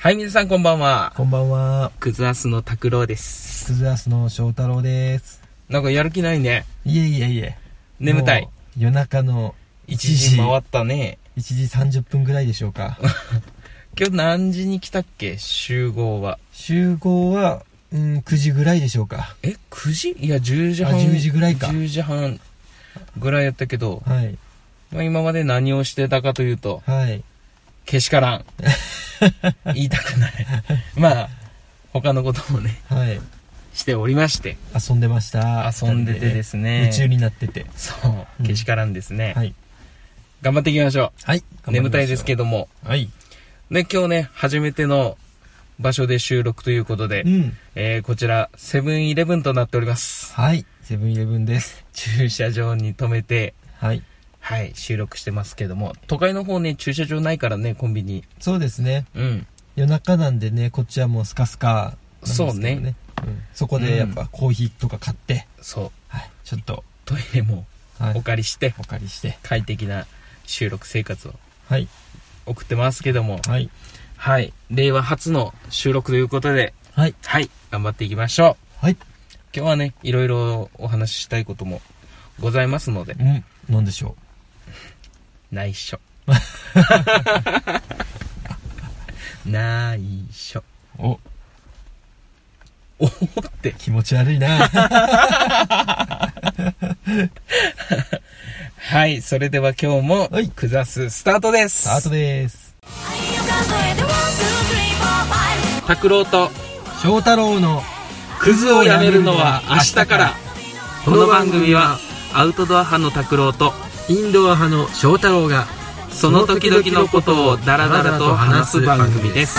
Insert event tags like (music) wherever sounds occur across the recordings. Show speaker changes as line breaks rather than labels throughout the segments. はい、皆さんこんばんは。
こんばんは。
クズアスの拓郎です。
クズアスの翔太郎です。
なんかやる気ないね。
いえいえいえ。
眠たい
も。う。夜中の1
1
時、
時回
1
ったね。
時30分ぐらいでしょ
(laughs)
うか。
今日何時に来たっけ集合は。
集合は、うん、9時ぐらいでしょうか。
え、9時いや、10時半。
あ10時ぐらいか
10時半ぐらいやったけど、
はい。
まあ、今まで何をしてたかというと、
はい。
けし
(laughs)
からん。言いたくない。まあ、他のこともね、
はい。
しておりまして、
遊んでました。
遊んでてですね。
夢中になってて。
そう、
うん
けしからんですね。
はい。
頑張っていきましょ
はい。
う。眠たいですけ
ど。
ども。
はい。
ね、今日ね、初めての場所で収録ということで、
うん。
えー、こちら、セブンイレブンとなっております。
はい。セブンイレブンです。
駐車場に止めて、
はい。
はい、収録してますけども、都会の方ね、駐車場ないからね、コンビニ。
そうですね。
うん。
夜中なんでね、こっちはもうスカスカなんですけど
そうね。
うん。そこでやっぱコーヒーとか買って、
そう。
はい。ちょっと、
トイレも
はい
お。借りして、
お借りして
快適な収録生活を
はい
送ってますけども、
はい
はい、令和初の収録ということで、
はい
はい、頑張っていきましょう。
はい
今日はね、いろいろお話ししたいこともございますので、
うん何でしょ
内 (laughs) 緒。内緒。
うお
おおって。
気持ち悪
(laughs)
いな
はい、それでは今日も
はい、
くざすスタートです。
スタートです
拓郎と、
翔太郎の
クズをやめるのは明日から。この番組は、アウトドア派の拓郎と、
インドア派の翔太郎が
その時々のことをダラダラと話す番組です。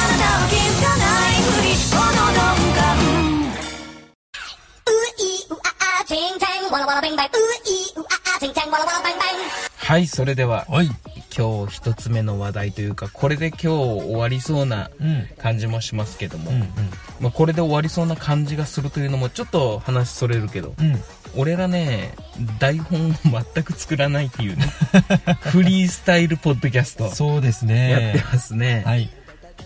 はい、それでは、
はい
今日一つ目の話題というか、これで今日終わりそうな
うん
感じもしますけども、
うん
まあ、これで終わりそうな感じがするというのもちょっと話それるけど
うんうん
俺らね台本を全く作らないって
(laughs)
いうねフリースタイルポッドキャスト
そうです
やって
ね
ますね、
はい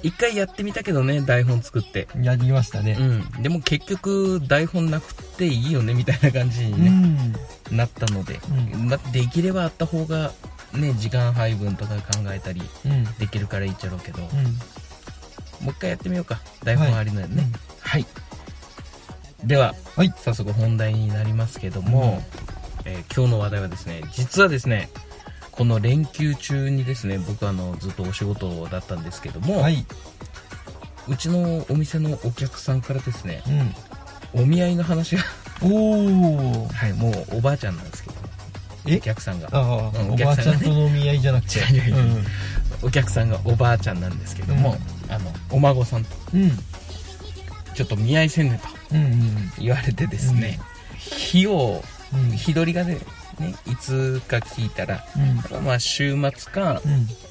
一回やってみたけどね台本作って
やりましたね
うんでも結局台本なくていいよねみたいな感じ
う
に、ね
ん
なったので、
うん
まできればあった方がね時間配分とか考えたり
うん
できるからいいっちゃろうけど、も
うん
う一回やってみようか台本ありなんでね、はい。では、
はい
早速本題になりますけども、えー今日の話題はですね、実はですね、この連休中にですね、僕あの、ずっとお仕事だったんですけども、
はい、
うちのお店のお客さんからですね、
う
お見合いの話が、 (laughs)
ん、おお
はい、もうおばあちゃんなんですけど、
え
お客さんが、
ああ、
うんお
お
客
ばあ
さん
ちゃんとのお見合いじゃなくて
違う違う違お客さんがおばあちゃんなんですけども、あの、お孫さんと、
うん
ちょっと見合いせんねと
うんうんうん
言われてですね、日を、
うん
日取りがね、ね、いつか聞いたら、
うん
だからまあ週末か、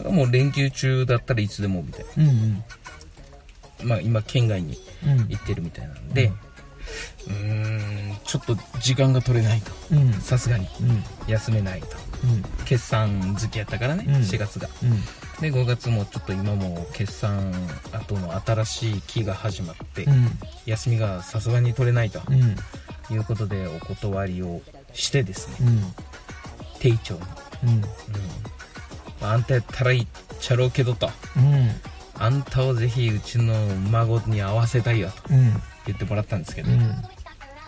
もう連休中だったらいつでもみたい
うんうん
な、まあ、今県外に
うん
行ってるみたいなんでうーんちょっと時間が取れないと
うんうん
さすがに
うん
休めないと
うん
決算月やったからね、
うん
4月が
うん
で5月もちょっと今も決算後の新しい期が始まって、
うん
休みがさすがに取れないと
うん
いうことでお断りをしてですね
うん
丁重に、うんまあ、あんたやったらいいっちゃろうけどと
うん
あんたをぜひうちの孫に会わせたいよと
うん
言ってもらったんですけど、
うん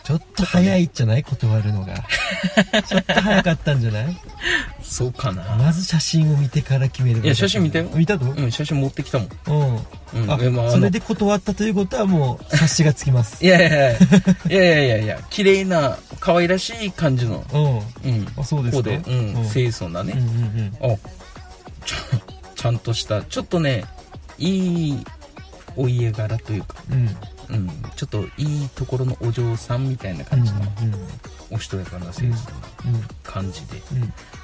ちょっと早いんじゃない断
(laughs)
るのがちょっと早かったんじゃない
そうかな
まず写真を見てから決める
いや写真見たよ
見たとうん
うん写真持ってきたもん、うん
あ
えまああの
それで断ったということはもう察しがつき
(laughs)
ます
いやいやいやいやいやいやいや綺麗な可愛らしい感じの
うん
うん
あそうで
こう
すか
で、うん
うん
清楚な
うん
ね、
うん
あちゃちゃんとしたちょっとねいいお家柄というか、
うん
うん、ちょっといいところのお嬢さんみたいな
うんう
感
ん
じの、おしとやかな清楚な感じで、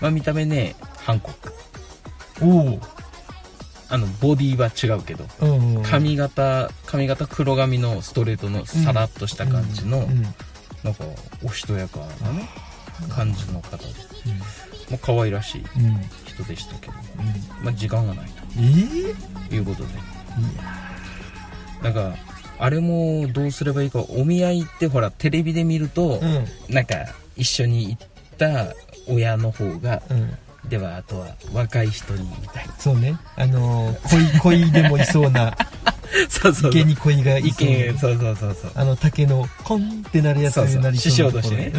まあ、見た目ね韓国
うんうんお
あのボディは違うけど
おうんうん
髪型髪型黒髪のストレートのさらっとした感じの、
うん
なんかおしとやかなね感じの方で
う
もう可愛らしい
んうん
人でしたけど、
うん
まあ、時間がない
えー
ということで
いや
なんかあれもどうすればいいかお見合いってほらテレビで見ると、
うん
なんか一緒に行った親の方が、
うん
ではあとは若い人にみたいな
そうねあのー恋恋でもいそうな
そうそう
池に恋がい
意
そう
見そうそうそうそう、
あの竹のコンってなるやつになりそうな
そうそう師匠としてね
とこ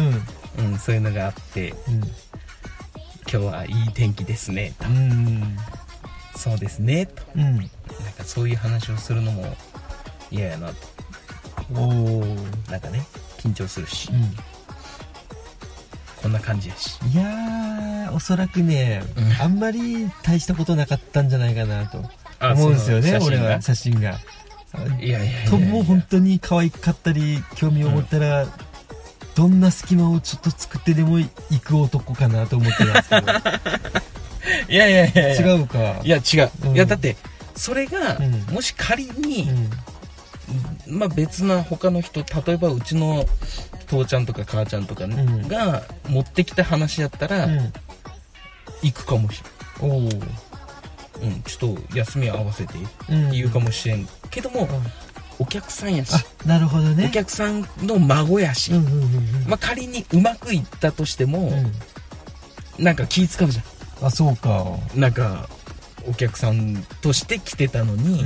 ろ
うん、そういうのがあって今日はいい天気ですねと
うんうん
そうですねと
うん
なんかそういう話をするのも嫌やなと
うんおお
なんかね緊張するし、
う
こんな感じやし
んいやーおそらくね、
うん
あんまり大したことなかったんじゃないかなと思うんですよね
その写
俺
真が
は写真が
いやいやいやいや
ともう本当に可愛かったり興味を持ったら、どんな隙間をちょっと作ってでも行く男かなと思ってます
(laughs)
けど
いやいやいやいやう
違うか
いや違う、
うん
いやだってそれが、
うん
もし仮に
う、ん
まあ別な他の人例えばうちの父ちゃんとか母ちゃんとか、ね
うん
が持ってきた話やったら、
うん
行くかもし
おお
れん、うん、ちょっと休み合わせてって
言
言うかもしれんけども、お客さんやし、
あなるほどね
お客さんの孫やし、
うんうんうんうん
まあ仮にうまくいったとしても、
うん
なんか気使うじゃ
あそうか
んなんかお客さんとして来てたのに、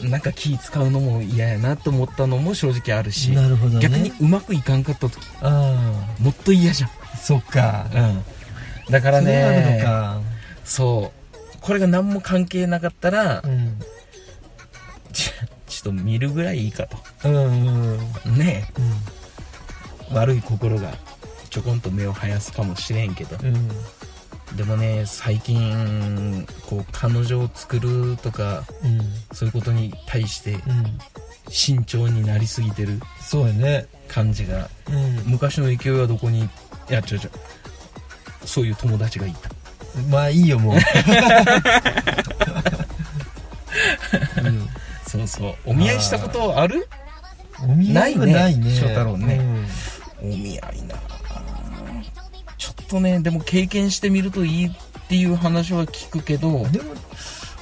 なんか気使うのも嫌やなと思ったのも正直あるし
なるほどね
逆にうまくいかんかった時
あ
もっと嫌じゃん
あそっか
うん、だから
それはあるの
ね
か
そうこれが何も関係なかったら、
うん
ちちょっと見るぐらいいいかと
うんうんうん
ねえ悪い心がちょこんと目を生やすかもしれんけど
うん
でもね最近こう彼女を作るとか
うん
そういうことに対して
うん
慎重になりすぎてる
そうやね
感じが
うん
昔の勢いはどこにいや違う違うそういう友達がいた
まあいいよもう、うん
そうそうお見合いしたことある
お見合いはないね。
翔太郎ねお見合いなちょっとねでも経験してみるといいっていう話は聞くけど
うん。でも、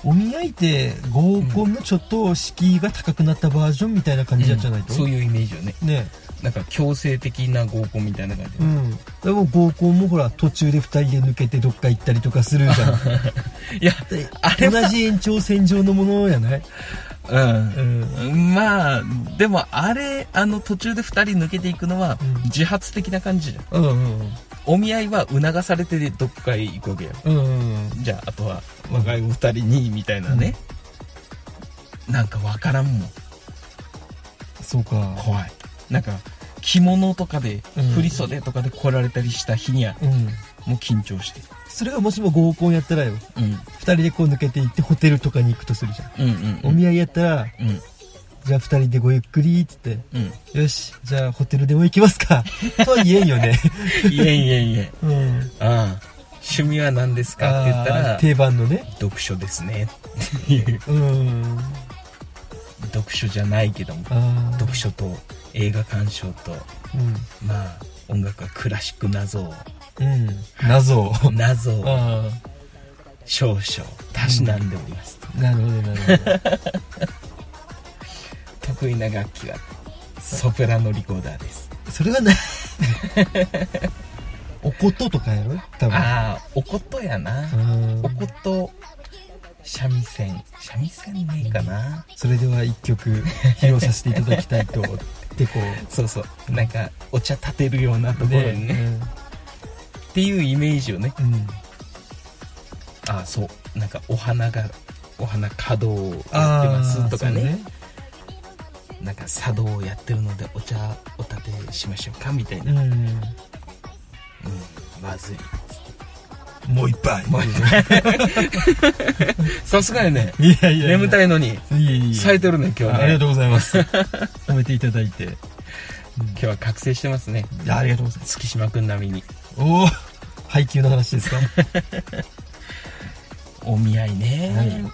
お見合いって合コンのちょっと敷居が高くなったバージョンみたいな感じだじゃないと、
そういうイメージよね
ね。
なんか強制的な合コンみたいな感じ、
うん。でも合コンもほら、途中で二人で抜けてどっか行ったりとかするじゃ (laughs) ん。
いや
で
あれは
同じ延長線上のものやない
うん
うん。
まあでもあれあの途中で2人抜けていくのは
うん
自発的な感じじゃん
うんうん
お見合いは促されてどっかへ行くわけよ
うん。うん
じゃああとは若いお二人にみたいなね、なんかわからんもん
そうか。
怖いなんか着物とかで
うん
振り袖とかで来られたりした日には
うん。
もう緊張して、
それがもしも合コンやったらよ、
うん、
二人でこう抜けて行ってホテルとかに行くとするじゃん。
うんうん
お見合いやったら、
うん
じゃあ二人でごゆっくりっつって、
うん
よし、じゃあホテルでも行きますか。 (laughs) とは言えんよね。
いえいえいえ
うん。
ああ趣味は何ですかって言った
あー
ら
定番のね。
読書ですねっていう
うん。
読書じゃないけども
あー
読。書と映画鑑賞と
う
まあ音楽はクラシック謎を
ん。うん。謎を。
謎を
(laughs) あ
少々たしなんでおりますと、
あ。なるほど、なるほど。
得意な楽器はソプラノリコーダーです
それはない。 (laughs) おこととかやろ多分。
ああおことやな
うん
おこと三味線三味線ねえかな
それでは一曲披露させていただきたいと。でこう。
そうそうなんかお茶立てるようなところにねっ
ね
ていうイメージをね
うん。うん
ああそうなんかお花がお花華道をやって
あ
ます
ー
とか
そう
ねなんか茶道をやってるのでお茶お立てしましょうかみたいな、うん、まずい
うん。もう一杯。
もう一さすがやね
(laughs) いやいやいや。
眠たいのに
いえいえいえ
冴えてるね今
あ
日
ありが
ね
とうございます。褒めていただいて。
今日は覚醒してますね
いやありがとうございます。
月島君並みに
おお配給の
(laughs)
話ですか
お見合いね、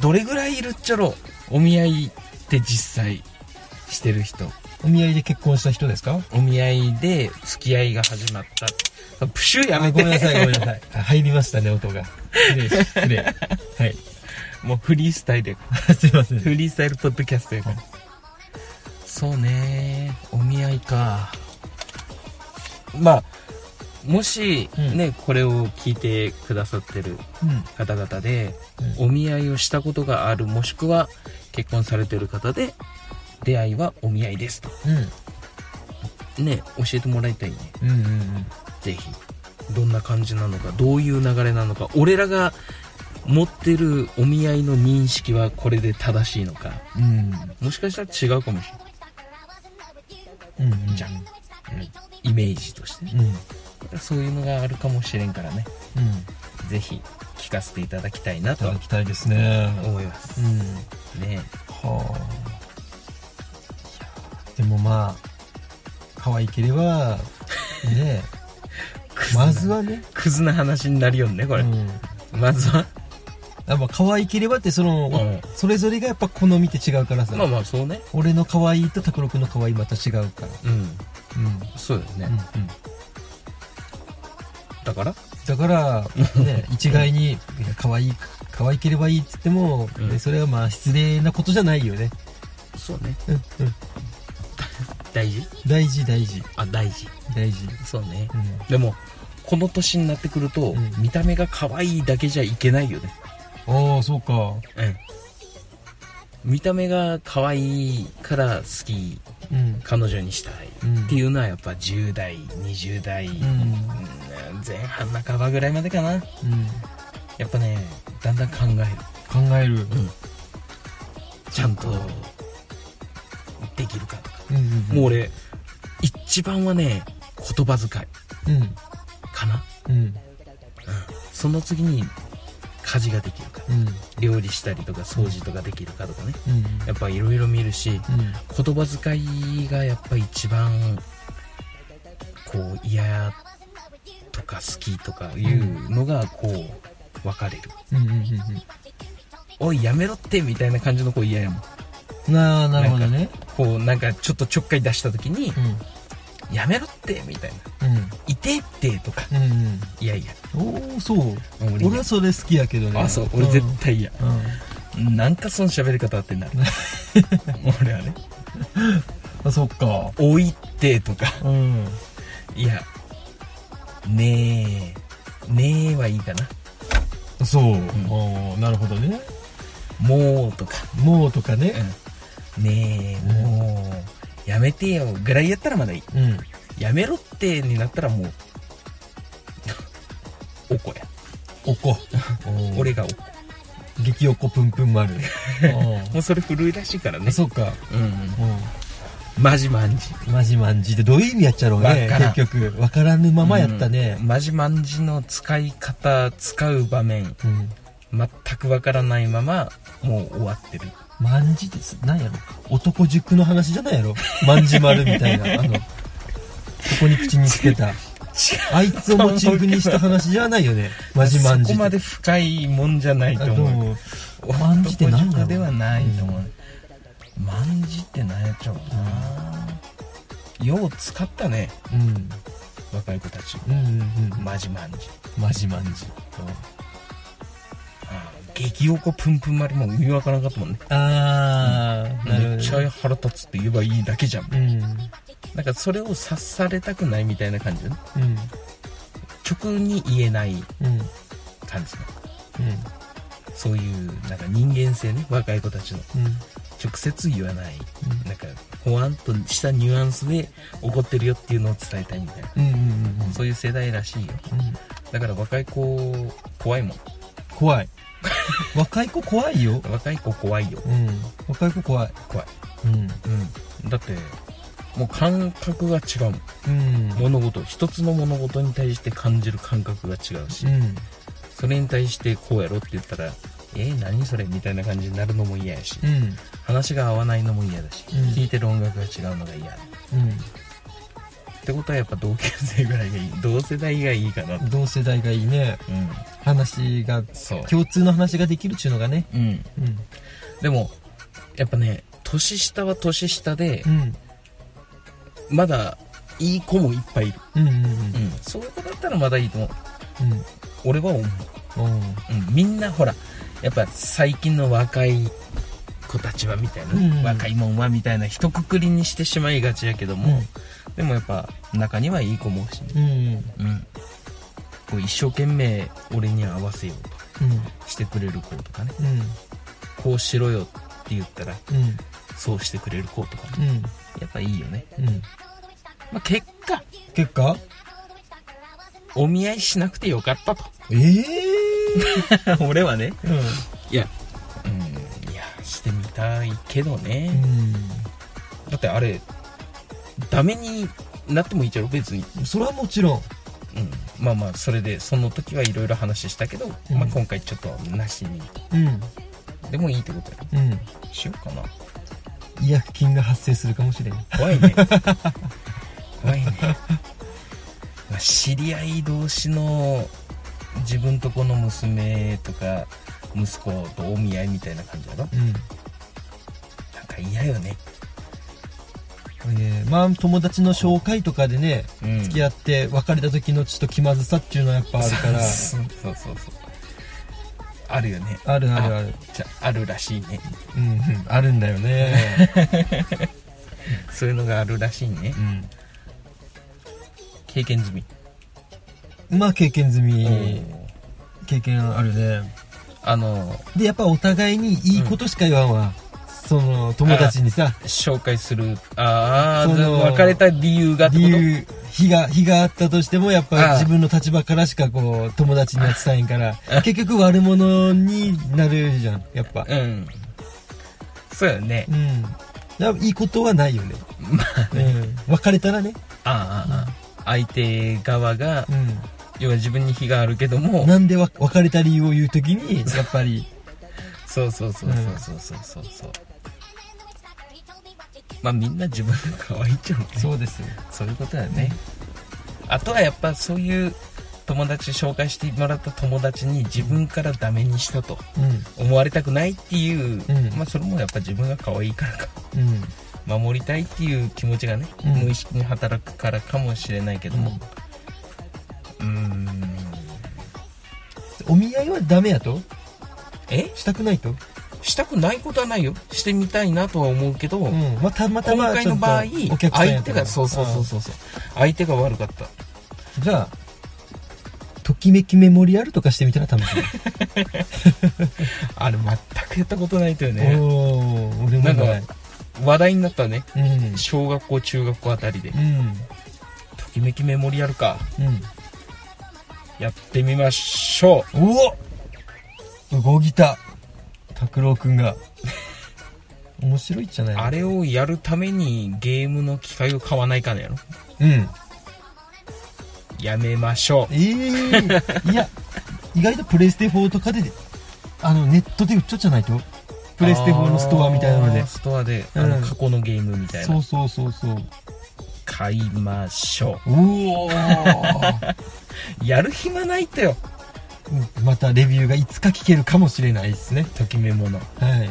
どれぐらいいるっちゃろお見合いって実際してる人
お見合いで結婚した人ですか
お見合いで付き合いが始まったプシュや
あ
め
ごめ
て
んなさい、ごめんなさい。あ入りましたね、音が。失礼、失礼。はい。 (laughs)
もうフリースタイルやか
すいませ
らフ
ん
リースタイルポッドキャストやからそうねお見合いかまあもし
うん
ね、これを聞いてくださってる方々で
うん
お見合いをしたことがあるもしくは結婚されてる方で出会いはお見合いですとね教えてもらいたいね
うんうんうんうん
ぜひどんな感じなのかどういう流れなのか俺らが持ってるお見合いの認識はこれで正しいのか
うん
もしかしたら違うかもしれ
うん
じゃんない、イメージとしてね
うんうん
そういうのがあるかもしれんからねぜひ聞かせていただきたいない
た
と
だきたいですね
思います
うん
ね
はあでもまあ可愛ければね
クズな
まずはね
クズな話になるよねこれ、
うん
まずは
やっぱ可愛ければってその、
うん
それぞれがやっぱ好みって違うからさ、
まあまあそうね
俺の可愛いと拓郎君の可愛いまた違うから
うん
うん、
そうだよね、
うん
だから
だから、ね、一概にいや可愛い可愛ければいいって言っても、
うん
ねそれはまあ失礼なことじゃないよね、
そうね
うんうん、
大事
大事大事
あ大事
大事
そうね
うん
でもこの年になってくると、
うん
見た目が可愛いだけじゃいけないよね
ああそうか
うん見た目が可愛いから好き
うん
彼女にしたい
うん
っていうのはやっぱ10代20代、う
うんん
前半半ばぐらいまでかな
うん
やっぱねだんだん考える
考える
ちゃんとできるかとか、
うんうん
もう俺一番はね言葉遣い
うん
かな
うん
その次に家事ができるか
うん
料理したりとか掃除とかできるかとかね
うん
やっぱいろいろ見るし
うん
言葉遣いがやっぱ一番こう嫌とか好きとかいうのがこう分かれる
うんうんうん
おいやめろってみたいな感じのこう嫌やもん
うんなあなるほどね
こうなんかちょっとちょっかい出した時にやめろってみたいな
うん
いてってとか
うんうん
いやいや
うんおおそう
俺
俺はそれ好きやけどね
あそう俺絶対嫌
うんうん
なんかその喋り方ってなる俺はね
あそっか
「おいって」とか
うん
いやねえねえはいいかな
そう、おーなるほどね
もうとか、
もうとかね
うん、ねえもうやめてよぐらいやったらまだいい
うん
やめろってになったらもう (laughs) おこや
おこ
俺がおこ
激おこぷんぷん丸
もうそれ古いらしいから
あ
ね
そっか
うんうん
う
まじまんじ
んまじまんじってどういう意味やっちゃろう
わ
ね
からん
結局わからぬままやったね
うんまじまんじの使い方使う場面
うん
全くわからないままもう終わってる
まんじってすなんやろ男塾の話じゃないやろまんじ丸みた
(laughs)
いなあのここに口につけたあいつをモチーフにした話じゃないよねまじまん
そ
じ
こま
って
で深いもんじゃない
あ
と
ど
思う
うまんじって何だろ
男
う
塾ではないと思うまんじって何やっちゃうかなよう使ったね
うん
若い子たち
うんうんうん
まじまんじ
まじまんじ
あー激おこぷんぷん丸も意味わからんかったもんね
ああ
めっちゃ腹立つって言えばいいだけじゃん
うん
なんかそれを察されたくないみたいな感じだね
うん
直に言えない
うん
感じの
うん
そういうなんか人間性ね若い子たちの直接言わないなんかほわんとしたニュアンスで怒ってるよっていうのを伝えたいみたいな
うんうんうんうん
そういう世代らしいよ
うん
だから若い子怖いもん
怖い若い子怖いよ
若い子怖いよ
うん若い子怖い
怖い
うん
うんだってもう感覚が違うもん
うん
物事一つの物事に対して感じる感覚が違うし
うん
それに対してこうやろって言ったらえー、何それみたいな感じになるのも嫌やし
うん
話が合わないのも嫌だし
うん
聴いてる音楽が違うのが嫌ってことはやっぱ同級生ぐらいがいい同世代がいいかなと
うん同世代がいいね
うん
話が
そう
共通の話ができるっちゅうのがね
うん
うん
でもやっぱね年下は年下で
うん
まだいい子もいっぱいいる、
うんうんうん
うん、そういう子だったらまだいいと思う
うん
俺は思う、
うん
うん、みんなほらやっぱ最近の若い子たちはみたいな、
うん
若いもんはみたいな一括りにしてしまいがちやけども、でもやっぱ中にはいい子も多いしね、
うんうん
うん、こう一生懸命俺に合わせようと
うん
してくれる子とかね
うん
こうしろよって言ったら
うん
そうしてくれる子とかね
うん
やっぱいいよね、
うん
まあ、結果
結果
お見合いしなくてよかったと
ええ
(laughs) 俺はね
ー、
いやうんいやしてみたいけどね、
う
だってあれダメになってもいいじゃろ別に、
んそれはもちろん
うん、まあまあそれでその時はいろいろ話したけど、
うん
まあ、今回ちょっとなしに
うん
でもいいってことや
うん
ろしようかな
違約金が発生するかもしれない
怖いね怖いね、まあ、知り合い同士の自分とこの娘とか息子とお見合いみたいな感じだろ
う
なん
ん
か嫌よね、
これねまあ友達の紹介とかでね
うん、
付き合って別れた時のちょっと気まずさっていうのはやっぱあるから
そうそうそうそうあるよね
あるあるある
じゃあるらしいね
うんうんあるんだよね
そういうのがあるらしいね経験済み
うんまあ経験済み
うん
経験あるね
あの
でやっぱお互いにいいことしか言わんわ、その友達にさ
紹介するあ
その
あ別れた理由がってこ
理
と
由日が日があったとしてもやっ
あ
ぱ
あ
自分の立場からしかこう友達になってたんやから結局悪者になるじゃんやっぱ
うんそうよね
うんだからいいことはないよね、
まあ
うん、別れたらね、
ああああ相手側が
う
要は自分に非があるけど
ん、
も
なんでわ別れた理由を言うときにやっぱり
そうそうそうそうそうそうそうまあみんな自分が可愛いっちゃうね
そうです
そういうことだよね、あとはやっぱそういう友達紹介してもらった友達に自分からダメにしたと
うん
思われたくないっていう、
うん
まあそれもやっぱ自分が可愛いからか
うん
守りたいっていう気持ちがね、
うん
無意識に働くからかもしれないけどもうーん
お見合いはダメやと
え
したくないと、
したくないことはないよしてみたいなとは思うけど、
うん、まあたまた
今
ま
回の場合
ちょっとお客さんや
相手
ったか
が
ら
そうそうそうそうそう相手が悪かった
うんじゃあときめきメモリアルとかしてみたら楽しい
あれ全くやったことないとよね
おー俺も
なんか
ない
話題になったね
うんうん
小学校中学校あたりで「ときめきメモリアルか」やってみましょう
うんおお動いた拓郎くんが面白いじゃない
あれをやるためにゲームの機械を買わないかんやろ
うん
やめましょ
ええいや意外とプレイステ4とかであのネットで売っちゃうじゃないと
う
プレイステ4のストアみたいなの
あ
で
ーストアで、
うん
あの過去のゲームみたい
そ
な
うそうそうそう
買いましょ
おお
うやる暇ないってよ
またレビューがいつか聞けるかもしれないですね
ときメモの
はい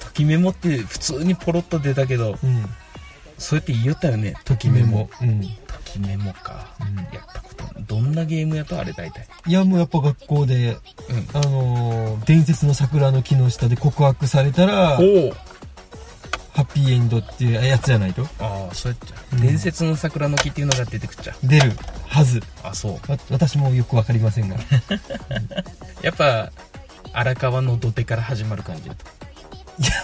ときメモって普通にポロッと出たけど
うん
そうやって言いよったよねと
と
きメモ
うん、うん、
ときメモかやったことどんなゲームやとあれ大体
いやもうやっぱ学校で
うん
あのー伝説の桜の木の下で告白されたら、
おお
ハッピーエンドっていうやつじゃないと
ああそうやっちゃ、
うん
伝説の桜の木っていうのが出てくっちゃ
出るはず。
あそう
わ私もよくわかりませ (laughs) んが。
やっぱ荒川の土手から始まる感じだと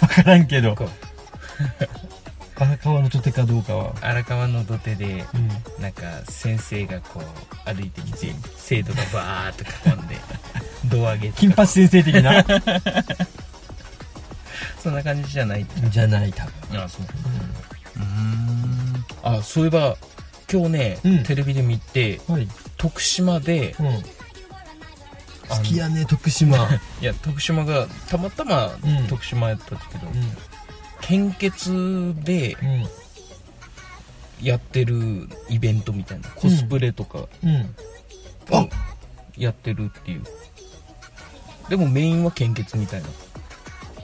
わからんけど。
こう
荒川の土手かどうかは。
荒川の土手で
うん。
なんか先生がこう歩いてきて生徒がバーッと囲んで胴上げ
金
とか
八先生的 (laughs) な
そんな感じじゃない
じゃない、多分。
あそううんあそういえば今日ね、
うん
テレビで見て
はい。
徳島で
うん。
あの
好きやね、徳島。 (laughs)
いや徳島がたまたま
うん
徳島やったけど、
う
献血で
ん。
やってるイベントみたいなコスプレとか
うん。うん。あ
やってるっていう、でもメインは献血みたいな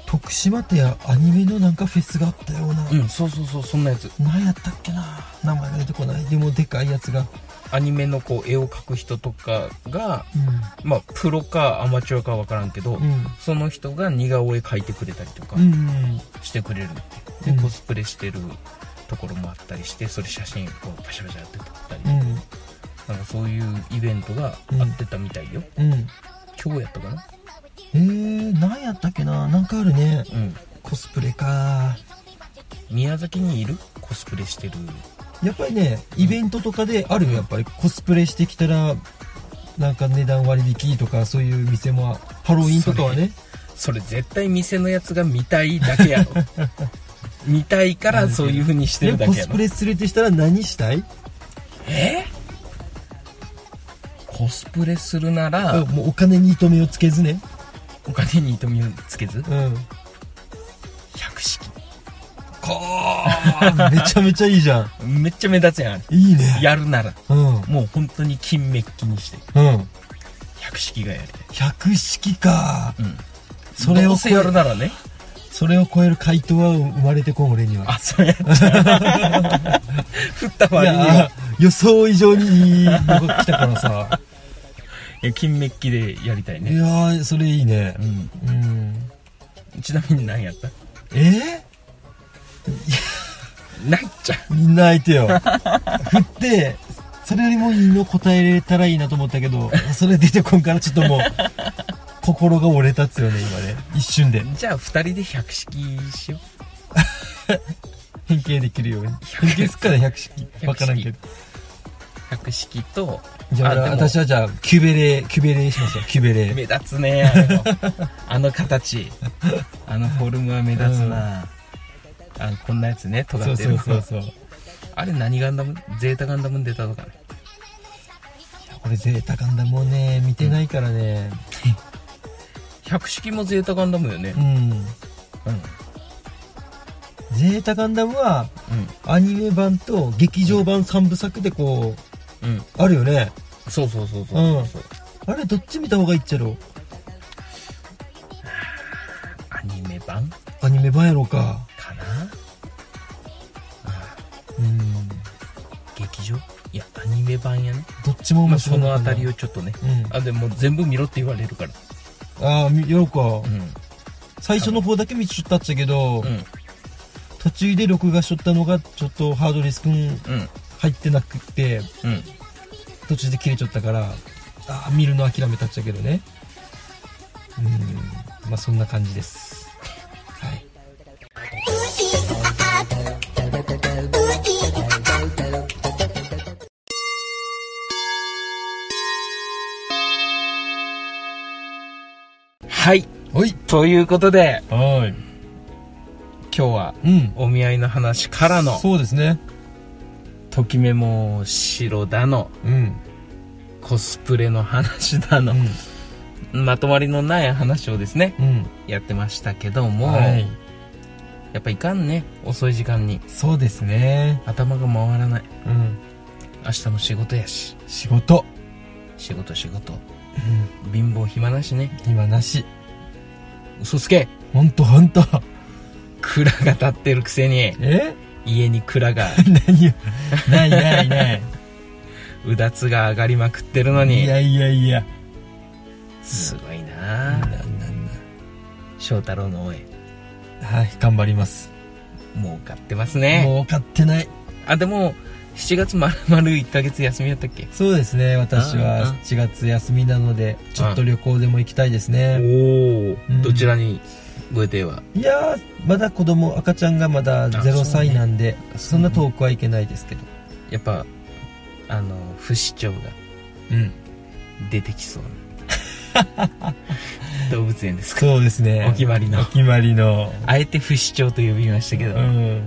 徳島ってアニメのなんかフェスがあったような、
うんそうそうそうそんなやつ
何やったっけな名前が出てこないでもでかいやつが
アニメのこう絵を描く人とかが
う
まあプロかアマチュアか分からんけど、
ん
その人が似顔絵描いてくれたりとか
うんうん
してくれるの
う
で
ん
コスプレしてるところもあったりしてそれ写真こうパシャパシャって撮ったり、
う
なんかそういうイベントがあってたみたいよ、
んうん
今日やったかな
えー、何やったっけななんかあるね
うん
コスプレか
宮崎にいるコスプレしてる
やっぱりねイベントとかであるよやっぱりコスプレしてきたらなんか値段割引とかそういう店もハロウィンとかはね
それ絶対店のやつが見たいだけや
(laughs)
ろ見たいからそういう風にして
で
る
も
だ
コ
けや
ス
ろ
プレするとしたら何したい
えコスプレするなら、
もうお金に糸目をつけずね
お金に糸目をつけず
うん
百式
こーめちゃめちゃいいじゃん
めっちゃ目立つやんあれ
いいね
やるなら
うん
もう本当に金メッキにして
うん
百式がやりたい
百式か
うん
それ
ど
を
う
超
せ
え
やるならね
それを超える回答は生まれてこん俺には
あそうや (laughs) っちゃう振った
い
割に
や
は
予想以上にいいのが来たから (laughs) さ
いや金メッキでやりたい
い
ね、
やーそれいいね
うん、
うん
ちなみに何やった
え
ないっちゃ
ー、みんな相手よ振ってそれよりもいいの答えれたらいいなと思ったけどそれ出てこんからちょっともう心が折れたっつよね今ね一瞬で
じゃあ二人で百式しよ
変形できるように変形すっから百式
式
わからんけど
う百式と
じゃあ
あでも
私はじゃあキュベレーキュベレーにしますよキュベレー
目立つねあ
(laughs)
れもあの形あのフォルムは目立つな、あのこんなやつね尖
そ
っ
う
て
そ
る
うそうそう
あれ何ガンダムゼータガンダムに出たとかね
俺ゼータガンダムをね見てないからね
百式もゼータガンダムよね
うん、
うん
ゼータガンダムはアニメ版と劇場版3部作でこう
うんうん
あるよね
そうそうそうそうそう、
あれどっち見た方がいいっちゃろ
アニメ版
アニメ版やろうか
かなあ
うん
劇場いやアニメ版やね、
どっちも
ま
面
あ、
白
そ
い
のあ
な
たりをちょっとね
うん
あでも全部見ろって言われるから
ああ見ようか
うん
最初の方だけ見ちゃったっちゃけど
うん
途中で録画しとったのがちょっとハードリスクに
うん
入ってなくて
うん
途中で切れちゃったからああ見るの諦めたっちゃけどねうんまあそんな感じですはい
はい
おい
ということで
はい
今日は
うん
お見合いの話からの
そうですね
ときめも白だの
うん
コスプレの話だの、まとまりのない話をですね
うん
やってましたけども、
はい
やっぱいかんね遅い時間に
そうですね
頭が回らない
うん
明日も仕事やし
仕事
仕事仕事貧乏暇なしね
今なし
嘘つけ
ほんとほんと
蔵が立ってるくせに
え
家に蔵が (laughs)
何よないないないう
だつが上がりまくってるの
い
に
やいやいや
すごい
なん
なあ
なん
翔太郎の応援
なんはい頑張ります
儲かってますね
もう買ってない
あでも7月まるまる1ヶ月休みやったっけ
そうですね私
うんう
は
ん
7月休みなのでちょっと旅行でも行きたいですね
おお、
うん
どちらにご予定はい
やーまだ子供赤ちゃんがまだ0歳なんでそ,、
そうね
んな遠くはいけないですけど
やっぱあの不死鳥が
うん
出てきそう
(laughs)
な動物園ですか
そうですね
お決まりの
お決まりの
あえて不死鳥と呼びましたけど、
(laughs) うん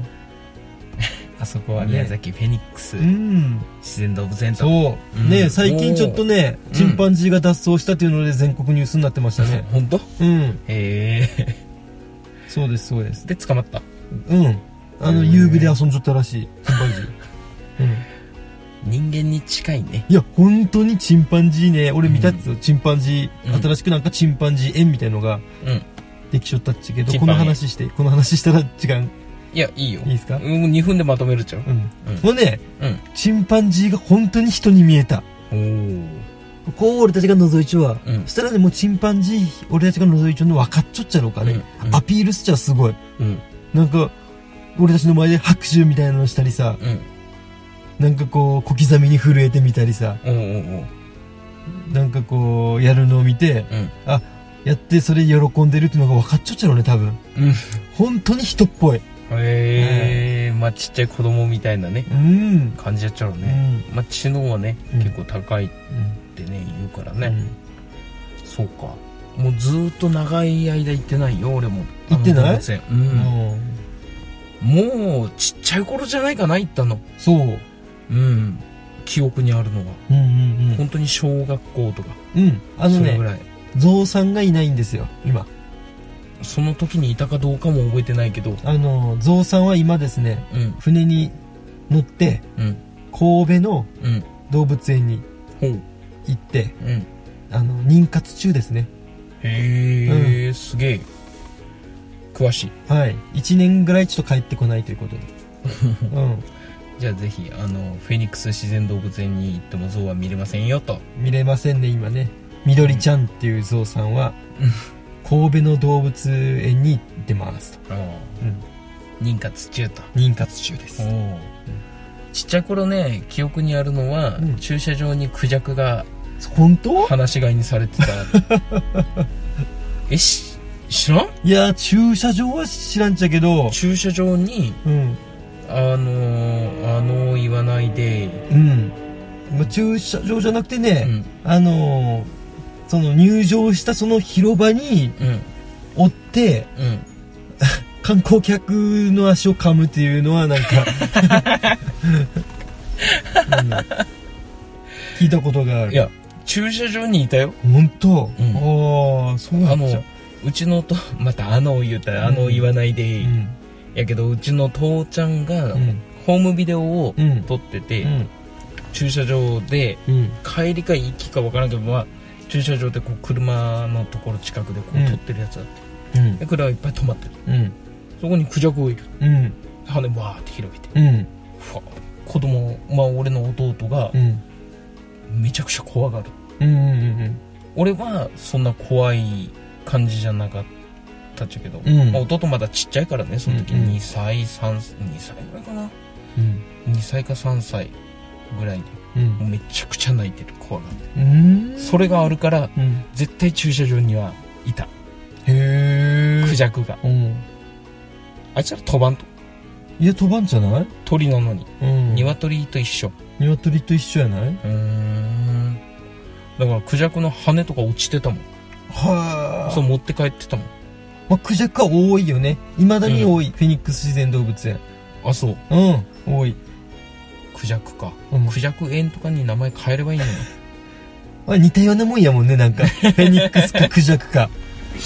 あそこはね
宮崎フェニックス
うん
自然動物園と
そううんね最近ちょっとね
おー
チンパンジーが脱走したというので全国ニュースになってました
(laughs)
ね
本当
うん
へえ
そうですそう (laughs) です
で捕まった
うんあの
へー
遊具で遊んじゃったらしいチンパンジーうん
人間に近いね
いや本当にチンパンジーね俺見たっつよチンパンジ
う
ー
ん
新しくなんかチンパンジー園みたいのが
うん
できしょったっちけど
チン
こ
パン
の話してこの話したら時間
いやいいよ
いいですか
うん、2分でまとめるじゃん
うん、
うん
もうね
うん
チンパンジーが本当に人に見えた
おー
こう俺たちが覗いちょは、
うん
そしたらねもうチンパンジー俺たちが覗いちょうの分かっちょっちゃろうかね、
うんうん
アピールしちゃすごい
うん
なんか俺たちの前で拍手みたいなのしたりさ
うん
なんかこう小刻みに震えてみたりさ
おーおーおー
なんかこうやるのを見て
うん
あやってそれ喜んでるっていうのが分かっちゃっちゃろうね多分
うん
本当に人っぽい
へえー、まあちっちゃい子供みたいなね
うん
感じやっちゃう
う
ね、
ん
まあ知能はね、
うん
結構高いってね言うからね、そうかもうずーっと長い間行ってないよ俺も
行ってな
あ
い
の動物園うん
うんもう
もうちっちゃい頃じゃないかな行ったの
そう
うん記憶にあるのは
うんうん
本当に小学校とか
うんうんあの
それぐ
ね
らい
ゾウさんがいないんですよ今
その時にいたかどうかも覚えてないけど
あのゾウさんは今ですね
うん
船に乗って
うん
神戸の
うん
動物園に
ほう
行って
うん
あの妊活中ですね
へえ、すげえ詳しい
はい1年ぐらいちょっと帰ってこないということでうん
じゃあぜひあのフェニックス自然動物園に行ってもゾウは見れませんよと
見れませんね今ねみどりちゃんっていうゾウさんは
うん
神戸の動物園に行ってますと、うん、
妊活中と
妊活中です
ちっちゃい頃ね記憶にあるのは、
うん
駐車場にクジャクが
本当
放し飼いにされ
(laughs)
てたえし知らん
いや駐車場は知らんちゃけど
駐車場に
うん
あのー、あのー、言わないで、
うん、まあ、駐車場じゃなくて
う
ね、
ん
あのーその入場したその広場に
うん
追って
うん
観光客の足を噛むっていうのはなんか、うん聞いたことがある
いや駐車場にいたよ
本当、
うん
ああそうな
あ
んじゃ
のうちのと (laughs) またあのを言うたらあのを言わないで、
うん
やけどうちの父ちゃんが
うん
ホームビデオを
うん
撮ってて、
うん
駐車場で
うん
帰りか行きか分からんけど、まあ、駐車場でこう車のところ近くでこ
うん
う撮ってるやつあって、
うん
で車がいっぱい止まってる
うん
そこにクジャクがいる
うん
羽わーって広げて
うん
ふわ子供まあ俺の弟が
うん
めちゃくちゃ怖がる
うん
俺はそんな怖い感じじゃなかったっちゃけど、
うん
まあ、弟まだちっちゃいからねその時
うんうん
2歳3歳2歳ぐらいかな
うん
2歳か3歳ぐらいで
うん
もうめちゃくちゃ泣いてる怖がって
うん
それがあるから
うん
絶対駐車場にはいた
へえ
クジャクが
うん
あいつら飛ばんと
いや飛ばんじゃない
鳥なのに
うん
鶏と一緒
鶏と一緒やない
うんだからクジャクの羽とか落ちてたもん
はあ
そう持って帰ってたもん
まあクジャクは多いよねいまだに多い、フェニックス自然動物園
あそう
うん多い、
クジャクか
うん
クジャク園とかに名前変えればいいのに
あ似たようなもんやもんねな
(laughs)
んかフェニックスかクジャクか (laughs)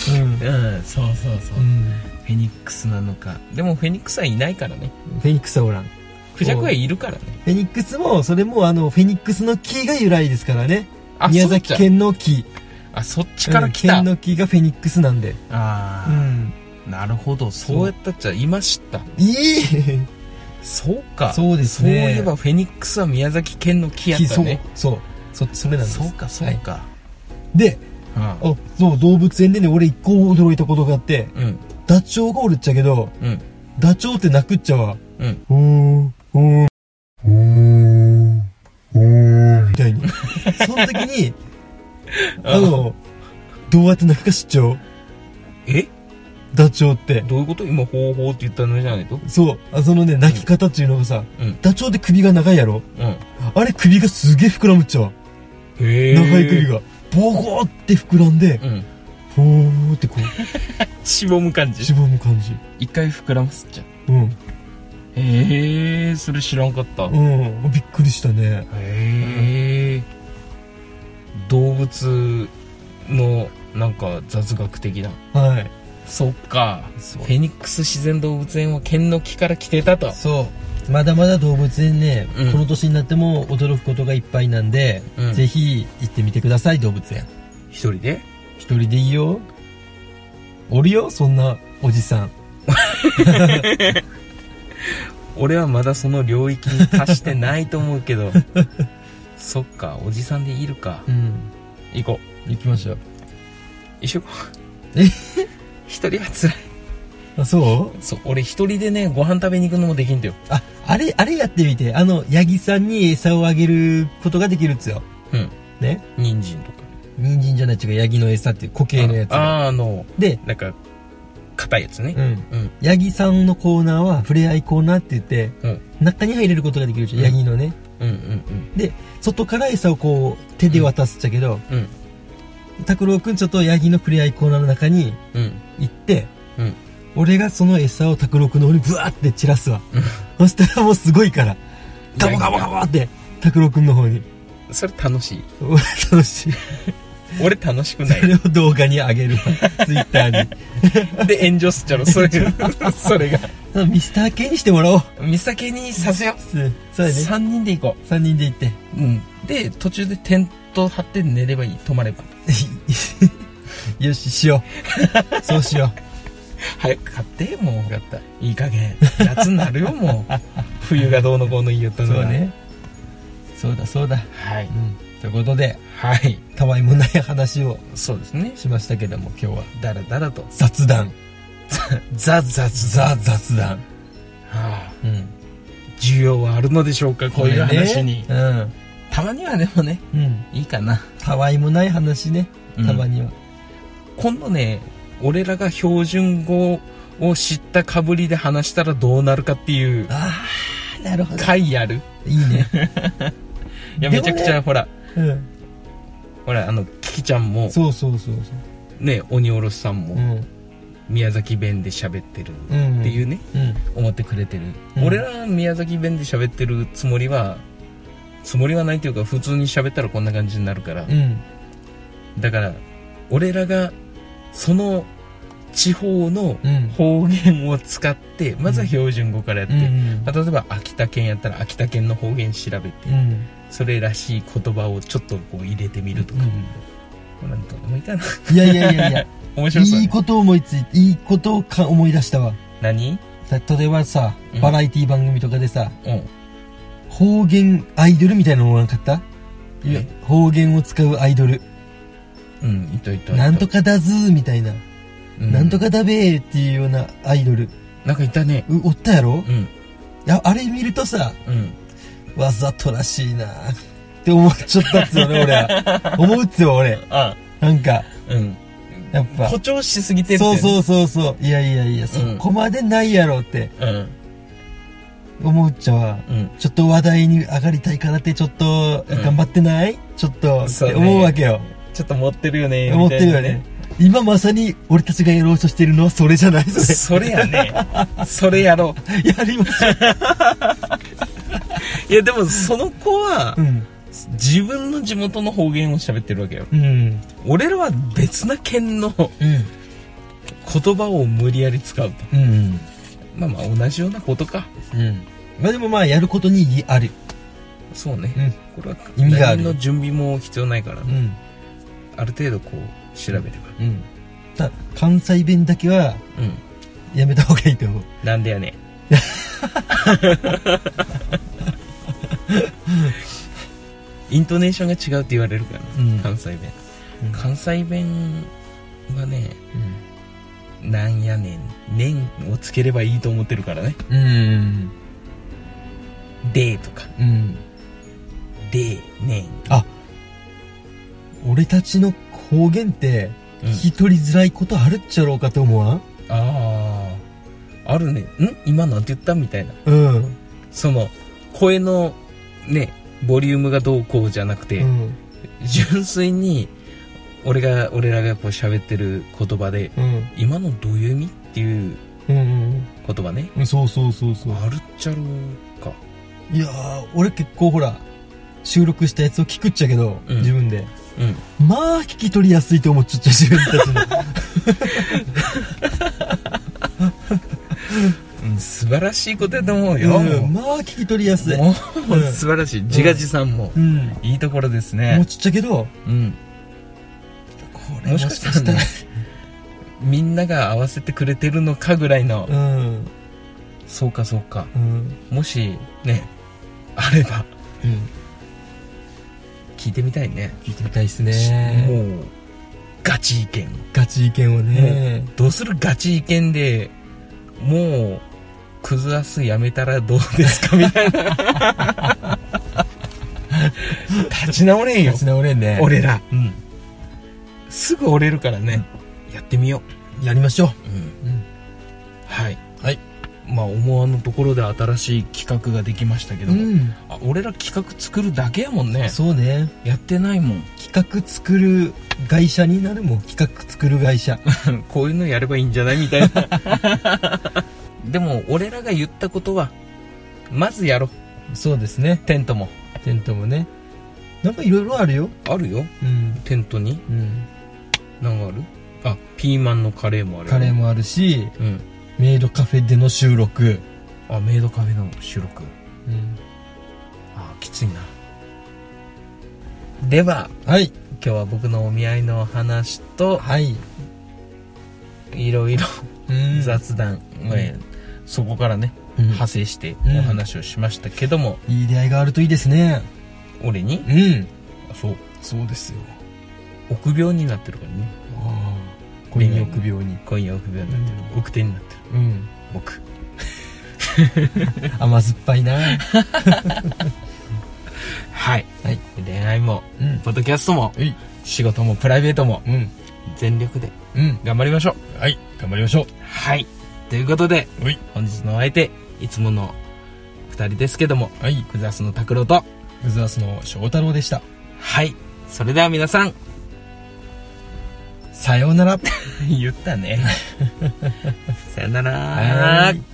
う
うんそうそうそ
ん、うん、
フェニックスなのかでもフェニックスはいないからね
フェニックスはおらん
クジャクはいるからね
フェニックスもそれもあのフェニックスの木が由来ですからね
あ
宮崎県の
そっ
木
ちあそっちから来た、
うん県の木がフェニックスなんでう
あ
ん
あなるほどそうやったっちゃ今知った
いい
そうか
そうですね
そういえばフェニックスは宮崎県の木やっ
木
た
そう
ね
そうそそれなんです
そうかそうか、
で
う
あそう動物園でね俺一個驚いたことがあって
んうん
ダチョウがおるっちゃけど
うん
ダチョウって鳴くっちゃわ
うん
おーおーおーおーみたいにその時にあのどうやって鳴くか知っちゃおう
え
ダチョウって
どういうこと今方法って言ったのじゃないと
そうあそのね鳴き方っていうのがさ
うん
ダチョウって首が長いやろ
うん
あれ首がすげえ膨らむっちゃわ
へえ
長い首がボコーって膨らんで
うん
ほーってこう
しぼむ感
し
じ
ぼむ感じ
一回膨らますじゃん
うん
へえそれ知らんかったへ
うんびっくりしたね
え動物のなんか雑学的な
はい
そっか
そ
フェニックス自然動物園は県の木から来てたと
そうまだまだ動物園ね、
うん
この年になっても驚くことがいっぱいなんで、
うん
ぜひ行ってみてください動物園
一人で
一人でいいよおるよそんなおじさん
俺はまだその領域に達してないと思う (laughs) けどそっかおじさんでいるか
うん
行こ
行きましょう
う一緒行こう
え
(laughs) 一人は辛い
あそう
そう俺一人でねご飯食べに行くのもできんだよ
ああれあれやってみてあのヤギさんに餌をあげることができるっつよ
うん
ね
人参とか
人参じゃない違うヤギの餌っていう固形のやつが
ああーあの
で
なんか硬いやつね
うん
うん
ヤギさんのコーナーは触れ合いコーナーって言って
うん
中に入れることができるじゃん、
うん
ヤギのね
うんうん
で外から餌をこう手で渡すっちゃけど
うん
拓郎、くんちょっとヤギの触れ合いコーナーの中に
うん
行って
うん
俺がその餌を拓郎くんの方にブワーって散らすわそしたらもうすごいからガボガボガボって拓郎くんの方に
うんそれ楽しい
楽しい
俺楽しくない
それを動画に上げるわツイッター
で炎上すっちゃろそれそれが
にミスター K にしてもらおう
三崎にさせよ
そう
う
だね
3人で行こ
3人で行って (laughs)
ううんで途中でテント張って寝ればいい泊まれば
よししようそうしよ
早く買っても
う
う
かった
いい加減夏になるよもう冬がどうのこうの言いよったの
そう
は
ねそうだそうだ
はい
うんということで
はい
たわいもない話を
そうですね
しましたけども今日は
だらだらと
雑談
ザザズザ
ザ雑談
はあ
うん
需要はあるのでしょうかこういう話に、
これね
たまにはでもね
うんうん
いいかな
たわいもない話ね
うん
たまには
今度ね俺らが標準語を知ったかぶりで話したらどうなるかっていう
ああなるほ
回やる
いい
(laughs)
ね
いや
で
め
も
ち
ね
ゃくちゃ、ほら
うん
ほらあのキキちゃんも
そうそうそう
ね鬼おろしさん
そう
も
うん
宮崎弁で喋ってるっ
うん
ていうね、
うん
思ってくれてる、
うん
俺ら宮崎弁で喋ってるつもりはつもりはないというか普通に喋ったらこんな感じになるから、
うん
だから俺らがその地方の
うん
方言を使ってまずは標準語からやって、
うん
まあ例えば秋田県やったら秋田県の方言調べて
うん
それらしい言葉をちょっとこう入れてみるとか、なんとでもいいかな
いやいやいやいや
(laughs) 面白そう、ね、
いいこと思いついていいことをか思い出したわ
何
た例えばさ
うん
バラエティ番組とかでさ、
うん
方言アイドルみたいなのもなかったいや
え
方言を使うアイドル
うんいたいたいた
なんとかだずーみたいな、
うん
なんとかだべーっていうようなアイドル
なんかいたね
うおったやろ、い
うん
やあれ見るとさ
うん
わざとらしいなーって思っちゃったっつよね
(laughs)
俺は思うっつよ俺
あ
なんか
うん
やっぱ
誇張しすぎてる
そう
う
そうそうそういやいやいや、そこまでないやろって
うん
思うっちゃわ
うん
ちょっと話題に上がりたいからってちょっと
うん
頑張ってない、ちょっとっ
そう
て
ね
思うわけよ、
ちょっと持ってるよね
思ってるよ
みたいな
ね今まさに俺たちがやろうとしてるのはそれじゃないそ
それや
(laughs)
ねそれやろ (laughs)
れやりましょう
ういやでもその子は
うん
自分の地元の方言を喋ってるわけよ
うん
俺らは別な県の
うん
言葉を無理やり使うと
うん
まあまあ同じようなことか
うんまあでもまあやることに意義ある
そうね、
うん
これは
意味がある
LINE の準備も必要ないから、
うん
ある程度こう調べれば
うんただ関西弁だけは
うん
やめた方がいいと思う
なんでやねんイントネーションが違うって言われるからな、
うん
関西弁
うん
関西弁はねなんやねん年をつければいいと思ってるからね
うん
でとか
うん
でね
あ俺たちの方言って
ん、うん
聞き取りづらいことあるっちゃろうかと思わん
あああるねん今なんて言ったみたいな
うん
その声のねボリュームがどうこうじゃなくて、
うん
純粋に俺が俺らがこう喋ってる言葉で
うん
今のどういう意味っていう
うん
言葉ね
うんそうそうそうそう
あるっちゃろうか
いやー、俺結構ほら、収録したやつを聞くっちゃけど、
うん
自分で。
うん
まあ、聞き取りやすいと思っちゃっちゃ、自分たちの。
うん素晴らしいことやと思うよ、
うん
も
まあ、聞き取りやす
う
い。
もう
うん
素晴らしい自画自賛も、
うん。
いいところです
もう
ね
ちっちゃけど、
うん
これ
もしかしたらねみんなが合わせてくれてるのかぐらいの、
うん
そうかそうか
うん
もしねあれば
うん
聞いてみたいね
聞いてみたいですね
もうガチ意見
ガチ意見をね
どうするガチ意見でもうクズアスやめたらどうですかみたいな立ち直れんよ
立ち直れんね
俺ら
うん
すぐ折れるからね、やってみよ
やりましょ
う、うん、
ううん
はい
はい
まあ思わぬところで新しい企画ができましたけども、
うん
あ俺ら企画作るだけやもんね
そうね
やってないもん
企画作る会社になるもん企画作る会社
こういうのやればいいんじゃないみ
(laughs)
たいなでも俺らが言ったことはまずやろう
そうですね
テントも
テントもねなんかいろいろあるよ
あるよ
うん
テントに
うん
何があるあピーマンのカレーもある
カレーもあるし
うん
メイドカフェでの収録
あメイドカフェの収録
うん
あきついなでは
はい
今日は僕のお見合いの話と
はい
いろいろ
うん
雑談、まあそこからね、
うん
派生してお話をしましたけども、
いい出会いがあるといいですね
俺に
うん
そう
そうですよ
臆病になってるからね
ああ恋に臆病に
今夜臆病になってる、奥手になってる
うん
僕
甘酸っぱい
(laughs)
なは
はい
い
恋愛も
うん
ポッドキャストも
はい
仕事もプライベートも
うん
全力で
うん
頑張りましょう
はい頑張りましょ
はいということで
うはい
本日のお相手いつもの2人ですけども
はい
クザスの拓郎と
グズアスの翔太郎でした
はいそれでは皆さ (laughs) ん
さようなら
言ったね (laughs) さよなら
はい